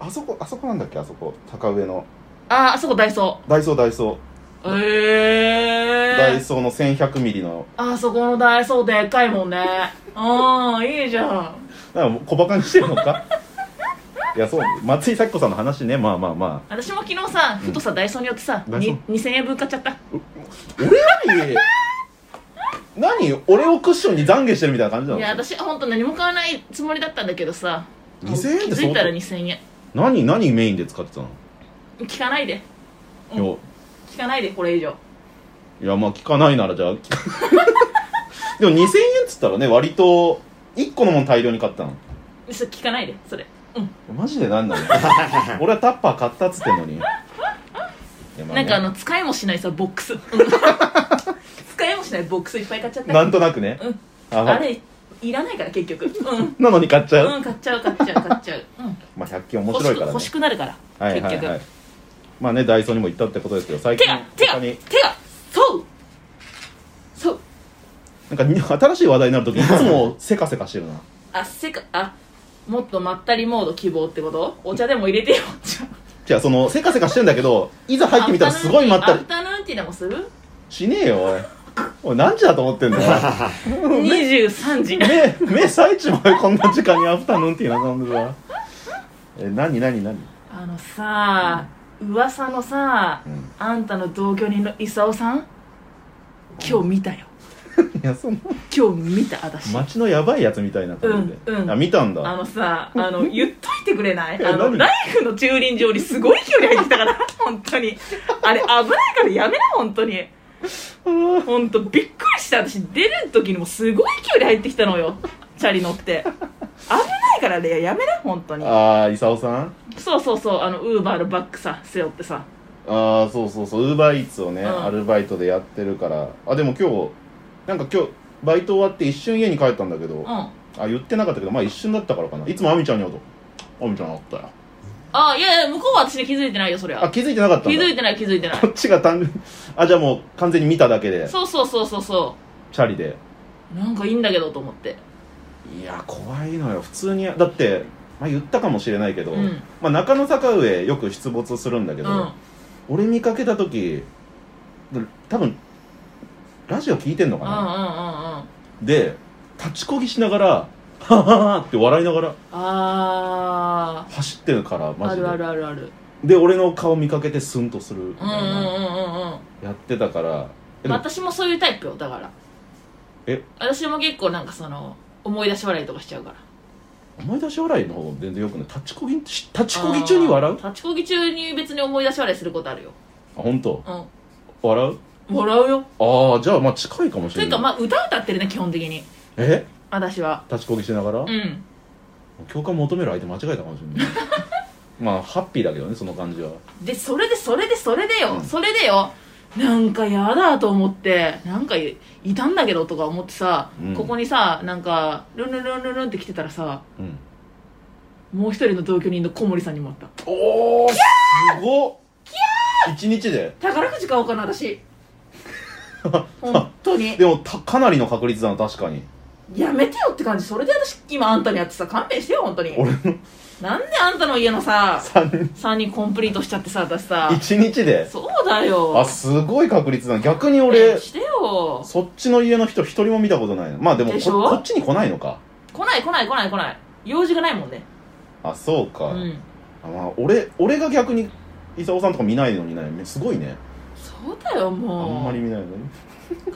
Speaker 1: あそこあそこなんだっけあそこ高上の
Speaker 2: あーあそこダイソ
Speaker 1: ダイソーダイソー、
Speaker 2: ーええー、
Speaker 1: ダイソーの1100ミリの
Speaker 2: あそこのダイソーでっかいもんね *laughs* うんいいじゃん
Speaker 1: なんか小バカにしてるのか *laughs* いやそう松井咲子さんの話ねまあまあま
Speaker 2: 私も昨日さふとさダイソーによってさ、
Speaker 1: ダイソ
Speaker 2: に2000円分買っちゃった
Speaker 1: あ俺より何俺をクッションに懺悔してるみたいな感じなの
Speaker 2: いや私は本当何も買わないつもりだったんだけどさもう
Speaker 1: 2000円って
Speaker 2: 気づいたら2000円
Speaker 1: 何何メインで使ってたの、
Speaker 2: 聞かないでうん
Speaker 1: いや
Speaker 2: 聞かないでこれ以上
Speaker 1: いやまあ聞かないならじゃあ *laughs* でも2000円っつったらね割と1個のもん大量に買ったの
Speaker 2: それ聞かないでそれうん
Speaker 1: マジで
Speaker 2: *laughs*
Speaker 1: 何なの俺はタッパー買ったっつってんのにいやまあ
Speaker 2: な
Speaker 1: ね
Speaker 2: んかあの使いもしないさボッ
Speaker 1: *laughs*
Speaker 2: クス使いもしないボックスいっぱい買っちゃった
Speaker 1: なんとなくね、
Speaker 2: うん
Speaker 1: あまあ
Speaker 2: あれいらないから結局うん
Speaker 1: なのに買っちゃう、
Speaker 2: うん買っちゃう買っちゃう買っちゃう、うん、
Speaker 1: まあ100均面
Speaker 2: 欲
Speaker 1: 白
Speaker 2: しく
Speaker 1: いからね
Speaker 2: 欲しくなるから、
Speaker 1: はいはい
Speaker 2: 結
Speaker 1: はい
Speaker 2: 局
Speaker 1: まあねダイソーにも行ったってことですけど最
Speaker 2: 手
Speaker 1: 近
Speaker 2: が手
Speaker 1: 他
Speaker 2: が
Speaker 1: に
Speaker 2: 手がそうそう
Speaker 1: なんか新しい話題になるときいつもせかせかしてるな
Speaker 2: あせかあもっとまったりモード希望ってことお茶でも入れてよじゃ
Speaker 1: じゃあ
Speaker 2: *laughs*
Speaker 1: そのせかせかしてんだけどいざ
Speaker 2: あ
Speaker 1: 入ってみたらすごいまった
Speaker 2: ア
Speaker 1: り
Speaker 2: フタヌーンティーアフタヌーンティーでもする
Speaker 1: しねえよおいおい何時だと思ってんだよ
Speaker 2: *laughs* 23時
Speaker 1: 目目咲いちまうよこんな時間にアフタヌーンティーなんだぞえ何何何
Speaker 2: あのさ噂のさ
Speaker 1: うん
Speaker 2: あんたの同居人のイサオさん今日見たよ
Speaker 1: いやその
Speaker 2: 今日見た私
Speaker 1: 街のやばいやつみたいな感じで、
Speaker 2: うんうん
Speaker 1: あ見たん
Speaker 2: あ
Speaker 1: だ
Speaker 2: のさあの言っといてくれない
Speaker 1: え
Speaker 2: あの
Speaker 1: 何
Speaker 2: ライフの駐輪場にすごい距離入ってきたから *laughs* 本当にあれ危ないからやめな本当に本当びっくりした私出る時にもすごい距離入ってきたのよチャリ乗って危ないからねやめな本当に
Speaker 1: ああ伊沢さん
Speaker 2: そうそうそうあのウーバーのバッグさ背負ってさ
Speaker 1: ああそうそうそうウーバーイーツをね、
Speaker 2: うん
Speaker 1: アルバイトでやってるからあでも今日なんか今日バイト終わって一瞬家に帰ったんだけど、
Speaker 2: うん
Speaker 1: あ
Speaker 2: あ
Speaker 1: 言ってなかったけどまあ一瞬だったからかないつも亜美ちゃんに会うと亜美ちゃん会ったよ
Speaker 2: いやいや向こうは私に気づいてないよそり
Speaker 1: あ
Speaker 2: ゃ
Speaker 1: 気づいてなかった
Speaker 2: 気
Speaker 1: んだ
Speaker 2: づいてない気づいてない
Speaker 1: こっちが単 *laughs* 純にあじゃあもう完全に見ただけで
Speaker 2: そうそうそうそうそ
Speaker 1: チャリで
Speaker 2: うなんかいいんだけどと思って
Speaker 1: いや怖いのよ普通にだって、まあ、言ったかもしれないけど、
Speaker 2: うん
Speaker 1: まあ、中野坂上よく出没するんだけ
Speaker 2: う
Speaker 1: ど、
Speaker 2: ん
Speaker 1: 俺見かけた時多分ラジオ聞いてんの
Speaker 2: う
Speaker 1: か
Speaker 2: んうんうん
Speaker 1: な、
Speaker 2: うん
Speaker 1: で立ちこぎしながら「はははって笑いながら
Speaker 2: あ
Speaker 1: 走ってるから
Speaker 2: ーあ
Speaker 1: マジで
Speaker 2: るあるあるある
Speaker 1: で俺の顔見かけてスンとするみた
Speaker 2: う
Speaker 1: い
Speaker 2: んうんう
Speaker 1: な、
Speaker 2: んうん
Speaker 1: やってたから
Speaker 2: う
Speaker 1: え
Speaker 2: ん
Speaker 1: でも
Speaker 2: 私もそういうタイプよだから
Speaker 1: え
Speaker 2: 私も結構なんかその思い出し笑いとかしちゃうから
Speaker 1: 思い出し笑いの方全然よくない立ちこぎし立ちこぎ中に笑う
Speaker 2: あー立ちこぎ中に別に思い出し笑いすることあるよ
Speaker 1: あ本当
Speaker 2: う
Speaker 1: 笑うん
Speaker 2: 笑うよ
Speaker 1: ああじゃあまあ近いかもし
Speaker 2: と
Speaker 1: れ
Speaker 2: い
Speaker 1: ないう
Speaker 2: かまあ歌歌ってるね基本的に
Speaker 1: え
Speaker 2: 私は
Speaker 1: 立ちこぎしながら、
Speaker 2: うん
Speaker 1: 共感求める相手間違えたかもし
Speaker 2: *laughs*
Speaker 1: れないまあハッピーだけどねその感じは
Speaker 2: でそれでそれでそれでよ、
Speaker 1: うん
Speaker 2: それでよなんかやだと思ってなんかいいたんだけどとか思ってさ、
Speaker 1: うん
Speaker 2: ここにさなんかルンルンルンルンルンって来てたらさ
Speaker 1: うん
Speaker 2: もう一人の同居人の小森さんにもあった
Speaker 1: おおすごっ一日で
Speaker 2: 宝くじ買おうかな
Speaker 1: *laughs*
Speaker 2: 私本当に
Speaker 1: でもたかなりの確率だな確かに
Speaker 2: やめてよって感じそれで私今あんたにやってさ勘弁してよ本当に
Speaker 1: 俺の
Speaker 2: なんであんたの家のさ
Speaker 1: 3
Speaker 2: 3人コンプリートしちゃってさ私さ
Speaker 1: 人一日で
Speaker 2: そうだよ
Speaker 1: あすごい確率だな逆に
Speaker 2: 勘
Speaker 1: 俺
Speaker 2: 弁してよ
Speaker 1: そっちの家の人一人も見たことないなまあでもこ
Speaker 2: でしょ
Speaker 1: こっちに来ないのか
Speaker 2: 来ない来ない来ない来ない用事がないもんね
Speaker 1: あそう
Speaker 2: う
Speaker 1: か、
Speaker 2: ん
Speaker 1: あまあ、俺俺が逆に伊沢さんとか見ないのにねすごいね
Speaker 2: そうだよ
Speaker 1: あん
Speaker 2: も
Speaker 1: ま
Speaker 2: う
Speaker 1: り見ないのに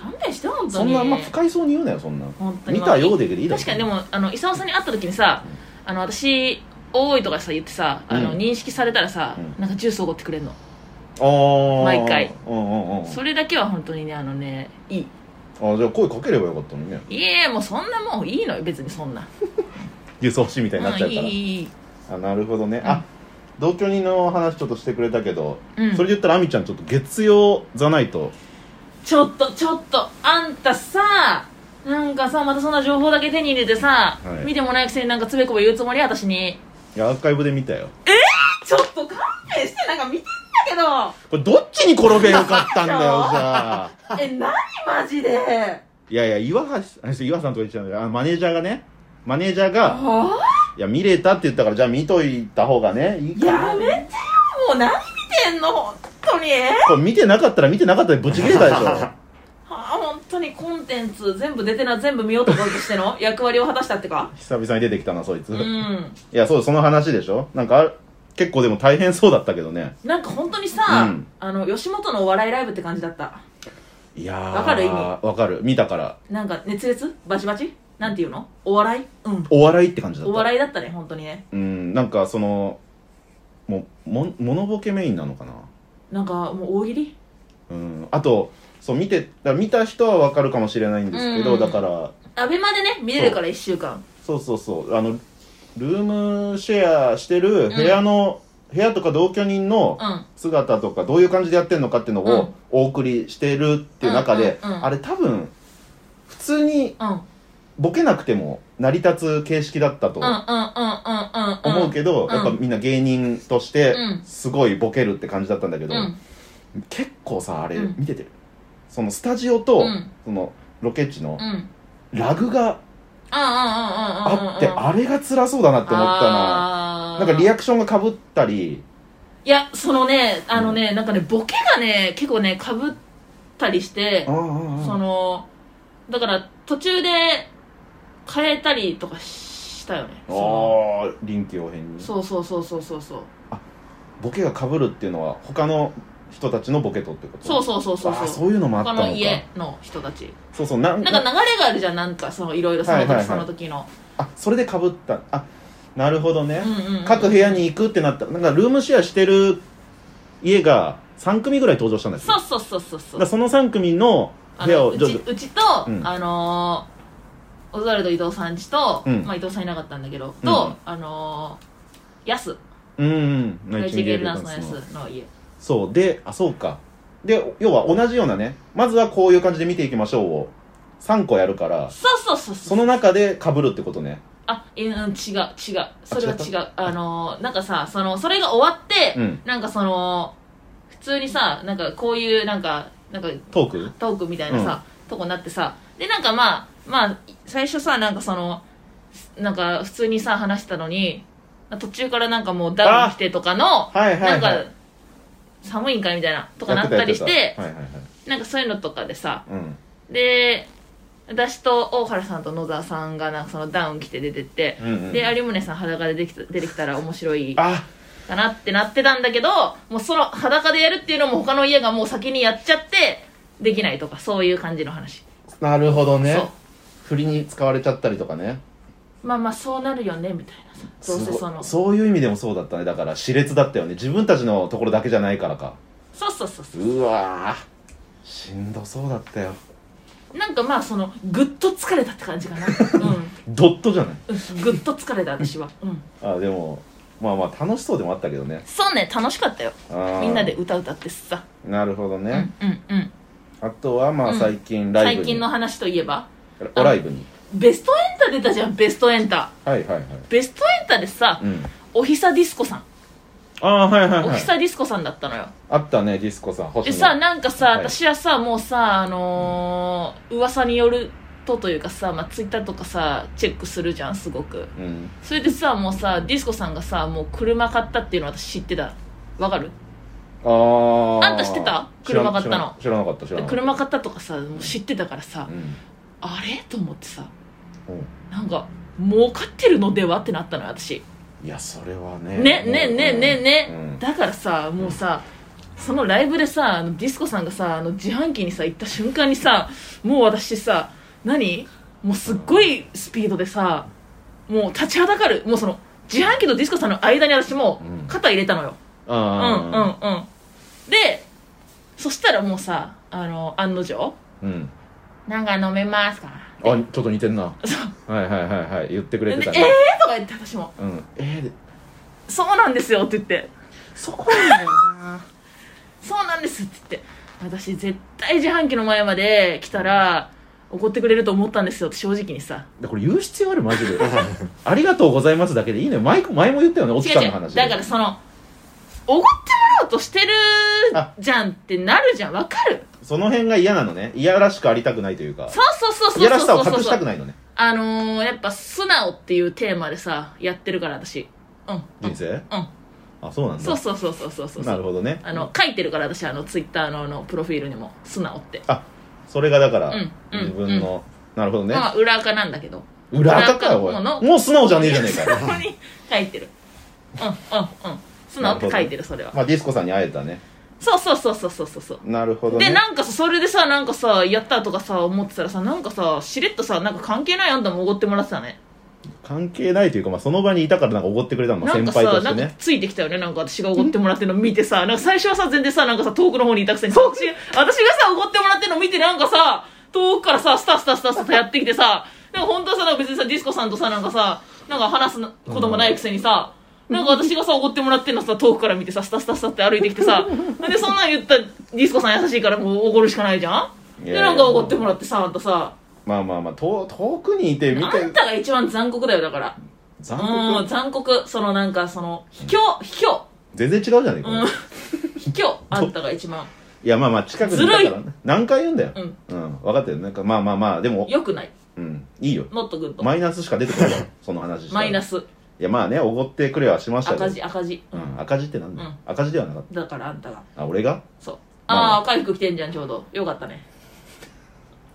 Speaker 2: 勘弁して本当に
Speaker 1: そんなあんま不快そうに言うなよそんな
Speaker 2: 本当に
Speaker 1: 見たようでけどいいだろ
Speaker 2: 確かにでもあの功さんに会った時にさ「あの私多い」とかさ言ってさあの、
Speaker 1: うん
Speaker 2: 認識されたらさ、
Speaker 1: うん
Speaker 2: なんかジュースおごってくれんの
Speaker 1: ああ
Speaker 2: 毎回
Speaker 1: うんうんうんあ
Speaker 2: それだけは本当にねあのねいい
Speaker 1: ーじゃあ声かければよかったのにね
Speaker 2: いえもうそんなもういいのよ別にそんな
Speaker 1: 輸送士みたいになっちゃ
Speaker 2: う
Speaker 1: うん
Speaker 2: い
Speaker 1: から、
Speaker 2: いいいいい
Speaker 1: あなるほどね、あ同居人の話ちょっとしてくれたけど、
Speaker 2: うん
Speaker 1: それで言ったらあみちゃんちょっと月曜じゃないと
Speaker 2: ちょっとちょっとあんたさなんかさまたそんな情報だけ手に入れてさ、
Speaker 1: はい
Speaker 2: 見てもないくせになんかつべこべ言うつもり私に
Speaker 1: いやアーカイブで見たよ
Speaker 2: ちょっと勘弁してなんか見てんだけど
Speaker 1: これどっちに転べよかったんだ
Speaker 2: *laughs*
Speaker 1: よじゃあ
Speaker 2: え何マジではい
Speaker 1: やいや岩橋あ岩橋さんとか言ってたんだけどあマネージャーがねマネージャーが
Speaker 2: あ
Speaker 1: いや見れたって言ったからじゃあ見といた方がねいいかな
Speaker 2: やめてよもう何見てんの本当に
Speaker 1: これ見てなかったら見てなかったでぶち切れたでし
Speaker 2: *laughs*
Speaker 1: ょ
Speaker 2: はあ本当にコンテンツ全部出てな全部見ようと思うとしての *laughs* 役割を果たしたってか
Speaker 1: 久々に出てきたなそいつ、
Speaker 2: う
Speaker 1: い
Speaker 2: ん
Speaker 1: やそうその話でしょなんかあ結構でも大変そうだったけどね
Speaker 2: なんか本当にさ、
Speaker 1: うん
Speaker 2: あの吉本のお笑いライブって感じだった
Speaker 1: いやー
Speaker 2: わかる意味
Speaker 1: わかる見たから
Speaker 2: なんか熱烈バチバチなんていうのお笑いうん
Speaker 1: お笑いって感じだった
Speaker 2: お笑いだったね本当にね
Speaker 1: うんなんかそのもうも物ボケメインなのかな
Speaker 2: なんかもう大喜利
Speaker 1: うんあとそう見てだから見た人はわかるかもしれないんですけど、
Speaker 2: うん
Speaker 1: だから
Speaker 2: アベマでね見れるから1週間
Speaker 1: そうそうそうあのルームシェアしてる部屋の、部屋とか同居人の
Speaker 2: うん
Speaker 1: 姿とかどういう感じでやってるのかっていうの
Speaker 2: う
Speaker 1: を
Speaker 2: ん
Speaker 1: お送りしてるっていう中で、
Speaker 2: うんうんうん
Speaker 1: あれ多分普通に
Speaker 2: うん
Speaker 1: ボケなくても成り立つ形式だったと
Speaker 2: うんうんうんうんうん
Speaker 1: 思うけど、
Speaker 2: うん
Speaker 1: やっぱみんな芸人として
Speaker 2: うん
Speaker 1: すごいボケるって感じだったんだけど、
Speaker 2: うん
Speaker 1: 結構さあれ
Speaker 2: うん
Speaker 1: 見てて、そのスタジオと、
Speaker 2: うん
Speaker 1: そのロケ地の
Speaker 2: うんうんうん
Speaker 1: ラグが
Speaker 2: うんうんうん
Speaker 1: あって、あれが辛そうだなって思ったな。
Speaker 2: な
Speaker 1: なんかリアクションがかぶったり
Speaker 2: いやそのねあのね、なんかねボケがね結構ねかぶったりして
Speaker 1: う、んうんうん
Speaker 2: そのだから途中で変えたりとかしたよねその
Speaker 1: ああ臨機応変に
Speaker 2: そうそうそうそうそうそう
Speaker 1: ボケがかぶるっていうのは他の人たちのボケとってこと
Speaker 2: そうそうそうそう
Speaker 1: あ
Speaker 2: そ
Speaker 1: ー
Speaker 2: う
Speaker 1: そういうのもあった
Speaker 2: 他
Speaker 1: のか
Speaker 2: の家の人たち
Speaker 1: そうそうなん
Speaker 2: なんか流れがあるじゃんなんかそのいろいろその
Speaker 1: はいはいは
Speaker 2: 時
Speaker 1: い
Speaker 2: その時の
Speaker 1: あそれでかぶったあなるほどね、
Speaker 2: うんうんうん
Speaker 1: 各部屋に行くってなったなんかルームシェアしてる家が3組ぐらい登場したんですよ
Speaker 2: そうそうそうそう
Speaker 1: だ
Speaker 2: そ
Speaker 1: から
Speaker 2: う
Speaker 1: その3組の
Speaker 2: あ
Speaker 1: 部屋
Speaker 2: の
Speaker 1: を
Speaker 2: う
Speaker 1: ちょ
Speaker 2: ち
Speaker 1: っと
Speaker 2: うちと、
Speaker 1: うん
Speaker 2: あのーオズワルド伊藤さんちと、
Speaker 1: うん
Speaker 2: まあ伊藤さんいなかったんだけど、
Speaker 1: うん
Speaker 2: とあのーヤス
Speaker 1: うんうんナ
Speaker 2: ナイチンゲールダンスの
Speaker 1: ナ
Speaker 2: や
Speaker 1: イチンゲール
Speaker 2: つの家
Speaker 1: そうであそうかで要は同じようなねまずはこういう感じで見ていきましょうを3個やるから
Speaker 2: そうそうそうそ
Speaker 1: そうの中でかぶるってことね
Speaker 2: あえうん違う違うそれは違
Speaker 1: 違
Speaker 2: うあのーなんかさそのそれが終わって、
Speaker 1: うん
Speaker 2: なんかその普通にさなんかこういうなんかなんか
Speaker 1: トーク
Speaker 2: トークみたいなさ、とこになってさでなんかまあまあ最初さなんかそのなんか普通にさ話してたのに途中からなんかもうダウン来てとかの
Speaker 1: はいはいは
Speaker 2: ないんか寒いんかいみたいなとかなったりして
Speaker 1: はいはいはい
Speaker 2: なんかそういうのとかでさ
Speaker 1: うん
Speaker 2: で私と大原さんと野沢さんがなんかそのダウン着て出てって、
Speaker 1: うんうん
Speaker 2: で有宗さん裸でできた出てきたら面白いか
Speaker 1: あ
Speaker 2: なってなってたんだけどもうその裸でやるっていうのも他の家がもう先にやっちゃってできないとかそういう感じの話、
Speaker 1: なるほどね
Speaker 2: そう
Speaker 1: 振りに使われちゃったりとかね
Speaker 2: まあまあそうなるよねみたいなさどうせ
Speaker 1: すごい
Speaker 2: そのそう
Speaker 1: そういう意味でもそうだったねだから熾烈だったよね自分たちのところだけじゃないからか
Speaker 2: そうそうそう
Speaker 1: うわーしんどそうだったよ
Speaker 2: なんかまあそのぐっと疲れたって感じか *laughs* なう
Speaker 1: ドットじゃない
Speaker 2: んぐっと疲れた私はうん
Speaker 1: あでもまあまあ楽しそうでもあったけどね
Speaker 2: そうね楽しかったよ
Speaker 1: あー
Speaker 2: みんなで歌歌ってさ、
Speaker 1: なるほど
Speaker 2: う
Speaker 1: ね
Speaker 2: ん、うんうん
Speaker 1: あとはまあ
Speaker 2: うん
Speaker 1: 最近ライブ
Speaker 2: 最
Speaker 1: に、
Speaker 2: 近の話といえば
Speaker 1: おライブに
Speaker 2: ベストエンタ出たじゃんベストエンタ
Speaker 1: はいはいはい
Speaker 2: ベストエンタでさ、
Speaker 1: うん
Speaker 2: おひさディスコさん
Speaker 1: ああーはいはい
Speaker 2: お
Speaker 1: は
Speaker 2: ひ
Speaker 1: い
Speaker 2: さディスコさんだったのよ
Speaker 1: あったねディスコさん星
Speaker 2: で
Speaker 1: 野
Speaker 2: さなんかさ
Speaker 1: はい
Speaker 2: 私はさもうさあのー噂によるとというかさ、まあ、ツイッターとかさチェックするじゃんすごく
Speaker 1: うん
Speaker 2: それでさもうさディスコさんがさもう車買ったっていうの私知ってたわかる
Speaker 1: あー
Speaker 2: あんた知ってた
Speaker 1: 知ら
Speaker 2: 車買ったの
Speaker 1: 知らな知らなかった知ら
Speaker 2: で
Speaker 1: なかった
Speaker 2: 車買ったとかさもう知ってたからさあれと思ってさ
Speaker 1: うんうん
Speaker 2: なんか儲かってるのではってなったのよ私
Speaker 1: いやそれはね
Speaker 2: ね
Speaker 1: もう
Speaker 2: ねねねね、
Speaker 1: うん
Speaker 2: だからさもうさそのライブでさあのディスコさんがさあの自販機にさ行った瞬間にさもう私さ何もうすっごいスピードでさもう立ちはだかるもうその自販機とディスコさんの間に私も
Speaker 1: うん
Speaker 2: 肩入れたのよ、うん、うん
Speaker 1: あ
Speaker 2: うんでそしたらもうさあの案の定
Speaker 1: うん
Speaker 2: 「なんか飲めますか?」
Speaker 1: あちょっと似てんな
Speaker 2: そう
Speaker 1: はいはいはいはい言ってくれ
Speaker 2: で
Speaker 1: て
Speaker 2: で
Speaker 1: た
Speaker 2: えー
Speaker 1: ね、
Speaker 2: とか言って私も
Speaker 1: うんえーで
Speaker 2: 「そうなんですよ」って言って
Speaker 1: そこなんだよな
Speaker 2: 「そうなんです」って言って私絶対自販機の前まで来たら怒ってくれると思ったんですよって正直にさ
Speaker 1: でこれ言う必要あるマジで *laughs* ありがとうございますだけでいいね前前も言ったよね奥
Speaker 2: 違
Speaker 1: さ
Speaker 2: うん違
Speaker 1: の
Speaker 2: う
Speaker 1: 話
Speaker 2: だからそのおごってもらおうとしてるじゃんってなるじゃんわかる
Speaker 1: その辺が嫌なのね嫌らしくありたくないというか
Speaker 2: そうそうそうそう
Speaker 1: 嫌らしさ
Speaker 2: そう
Speaker 1: を
Speaker 2: そう
Speaker 1: 隠し
Speaker 2: そ
Speaker 1: たく
Speaker 2: う
Speaker 1: ないのね
Speaker 2: あのー、やっぱ素直っていうテーマでさやってるから私うんうん
Speaker 1: 人生
Speaker 2: うん
Speaker 1: あそうなんだ
Speaker 2: そうそうそうそうそうそう
Speaker 1: なるほどね
Speaker 2: あの書いてるから私あのツイッターのあのプロフィールにも素直って、
Speaker 1: それがだから、
Speaker 2: うんうん
Speaker 1: 自分の、なるほどね、
Speaker 2: まあ裏垢なんだけど
Speaker 1: 裏垢かよお
Speaker 2: 裏垢の
Speaker 1: いもう素直じゃねえじゃねえ
Speaker 2: そ
Speaker 1: かよ *laughs*
Speaker 2: こに書いてるうんうんうん素直って書いてるそれは
Speaker 1: まあディスコさんに会えたね
Speaker 2: そうそうそうそうそうそうそう
Speaker 1: なるほどね
Speaker 2: でなんかさそれでさなんかさやったとかさ思ってたらさなんかさしれっとさなんか関係ないあんたもおごってもらってたね
Speaker 1: 関係ないというか、まあ、その場にいたからなんかおごってくれたのが
Speaker 2: なん
Speaker 1: 先
Speaker 2: か
Speaker 1: 輩と
Speaker 2: さ
Speaker 1: し
Speaker 2: な
Speaker 1: て
Speaker 2: んか
Speaker 1: ね
Speaker 2: ついてきたよねなんか私がおごってもらってるの見てさなんか最初はさ全然さなんかさ遠くの方にいたくせに私私がさおごってもらってるの見てなんかさ遠くからさスタスタスタスタとやってきてさなんか本当はさなんか別にさディスコさんとさなんかさなんか話すこともないくせにさ、なんか私がさ、怒ってもらってんのさ、遠くから見てさ、スタスタスタって歩いてきてさ、で、そんなん言ったディスコさん優しいからもう怒るしかないじゃん
Speaker 1: いや
Speaker 2: で、
Speaker 1: いや
Speaker 2: なんか怒ってもらってさ、あんたさ、
Speaker 1: まあまあまあ遠遠くにいて見
Speaker 2: あん
Speaker 1: て
Speaker 2: たが一番残酷だよ、だから。
Speaker 1: 残
Speaker 2: う
Speaker 1: 酷
Speaker 2: ん、残酷。そのなんか、その、卑怯、卑怯。
Speaker 1: 全然違うじゃねえか、
Speaker 2: う
Speaker 1: い
Speaker 2: ん卑怯あんたが一番
Speaker 1: やまあまあ近くにいたから
Speaker 2: ず
Speaker 1: ね何回言うんだよ
Speaker 2: うん
Speaker 1: うん、分かってるなんかまあまあまあでも
Speaker 2: よくない
Speaker 1: うんいいよ
Speaker 2: ノットグッド
Speaker 1: マイナスしか出てこないからその話したら
Speaker 2: マイナス
Speaker 1: いやまあねおごってくれはしましたけど
Speaker 2: 赤字赤字、う
Speaker 1: うんん、赤字ってなんだよ、
Speaker 2: うん
Speaker 1: 赤字ではなかっ
Speaker 2: だからあんたが
Speaker 1: たあ俺が、
Speaker 2: そう
Speaker 1: まあ
Speaker 2: ああー赤い服着てんじゃんちょうどよかったね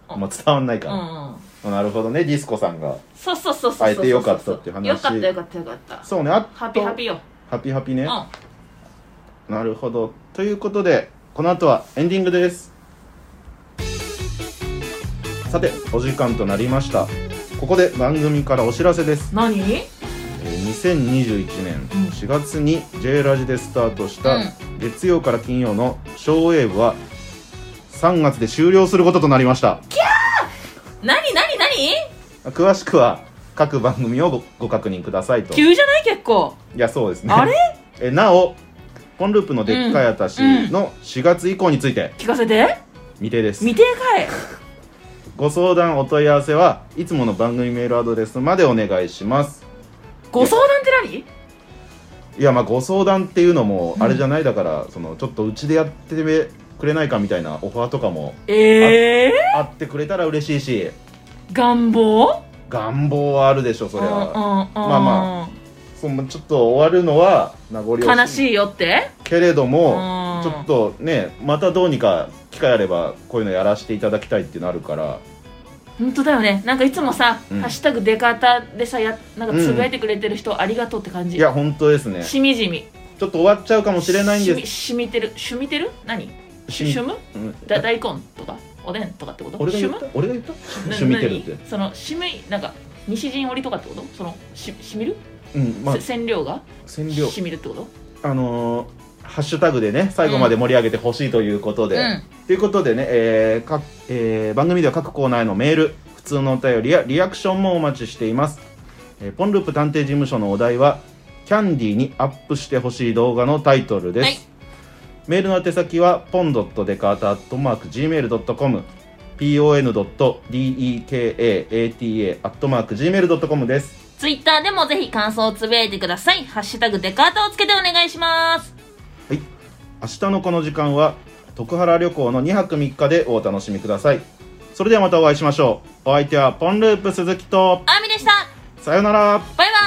Speaker 2: うん
Speaker 1: まあ、伝わんないか
Speaker 2: う
Speaker 1: ら、
Speaker 2: んうん
Speaker 1: なるほどねディスコさんが
Speaker 2: そうそうそうそうそう
Speaker 1: 会えてよかったっていう話
Speaker 2: よかったよかったよかった
Speaker 1: そうねあと
Speaker 2: ハッピーハッピーよ、
Speaker 1: ハピハピ
Speaker 2: う
Speaker 1: ね
Speaker 2: ん、
Speaker 1: なるほどということでこの後はエンディングですさてお時間となりましたここで番組からお知らせです、
Speaker 2: 何うん
Speaker 1: えー2021年
Speaker 2: うん
Speaker 1: 4月に J ラジでスタートした
Speaker 2: うん
Speaker 1: 月曜から金曜のショーウェーブは3月で終了することとなりました
Speaker 2: 何何何
Speaker 1: 詳しくは各番組をごご確認くださいと
Speaker 2: 急じゃない結構
Speaker 1: いやそうですね
Speaker 2: あれ
Speaker 1: *laughs* えなおコンループのでっかいあたしの4月以降について
Speaker 2: 聞かせて
Speaker 1: 未定です
Speaker 2: 未定かい
Speaker 1: ご相談お問い合わせはいつもの番組メールアドレスまでお願いします
Speaker 2: ご相談って何
Speaker 1: いやまあご相談っていうのも
Speaker 2: うん
Speaker 1: あれじゃないだから、そのちょっとうちでやってくれないかみたいなオファーとかも
Speaker 2: ええ
Speaker 1: あってくれたら嬉しいし
Speaker 2: ー、願望
Speaker 1: 願望はあるでしょそりゃ、ま
Speaker 2: ま
Speaker 1: あまそのちょっと終わるのは名残惜しい
Speaker 2: 悲しいよって
Speaker 1: けれど
Speaker 2: う
Speaker 1: も
Speaker 2: ん
Speaker 1: ちょっとねまたどうにか機会あればこういうのやらせていただきたいっていうのあるから
Speaker 2: 本当だよねなんかいつもさ「
Speaker 1: うん
Speaker 2: ハッシュタグデカタ」でさやなんかつぶやいてくれてる人、ありがとうって感じ
Speaker 1: いや本当ですね
Speaker 2: しみじみ
Speaker 1: ちょっと終わっちゃうかもしれないん
Speaker 2: し
Speaker 1: で
Speaker 2: みしみてるしゅみてる何
Speaker 1: す
Speaker 2: しゅしゅむ
Speaker 1: うん
Speaker 2: だ大根とかおでんとかってこと
Speaker 1: 俺が
Speaker 2: しゅ
Speaker 1: 言っ
Speaker 2: む
Speaker 1: た俺が言った
Speaker 2: な
Speaker 1: 趣味てるって
Speaker 2: 何そのしむいなんか西陣織とかってことそのししみる、
Speaker 1: うんまあ
Speaker 2: せ染料が
Speaker 1: 占領
Speaker 2: しみるってこと
Speaker 1: あのーハッシュタグでね最後まで盛り上げてほしいということで、
Speaker 2: うん
Speaker 1: ということでね、えーかえー番組では各コーナーへのメール普通のお便りやリアクションもお待ちしています、えーポンループ探偵事務所のお題はキャンディーにアップしてほしい動画のタイトルです、
Speaker 2: はい
Speaker 1: メールの宛先はポンドットデカータアットマーク Gmail.com pon.dekata アットマーク Gmail.com です
Speaker 3: ツイッターでもぜひ感想をつぶやいてください「ハッシュタグデカータ」をつけてお願いします
Speaker 1: 明日のこの時間は徳原旅行の2泊3日でお楽しみくださいそれではまたお会いしましょうお相手はポンループ鈴木と
Speaker 3: あみでした
Speaker 1: さようなら
Speaker 3: バイバイ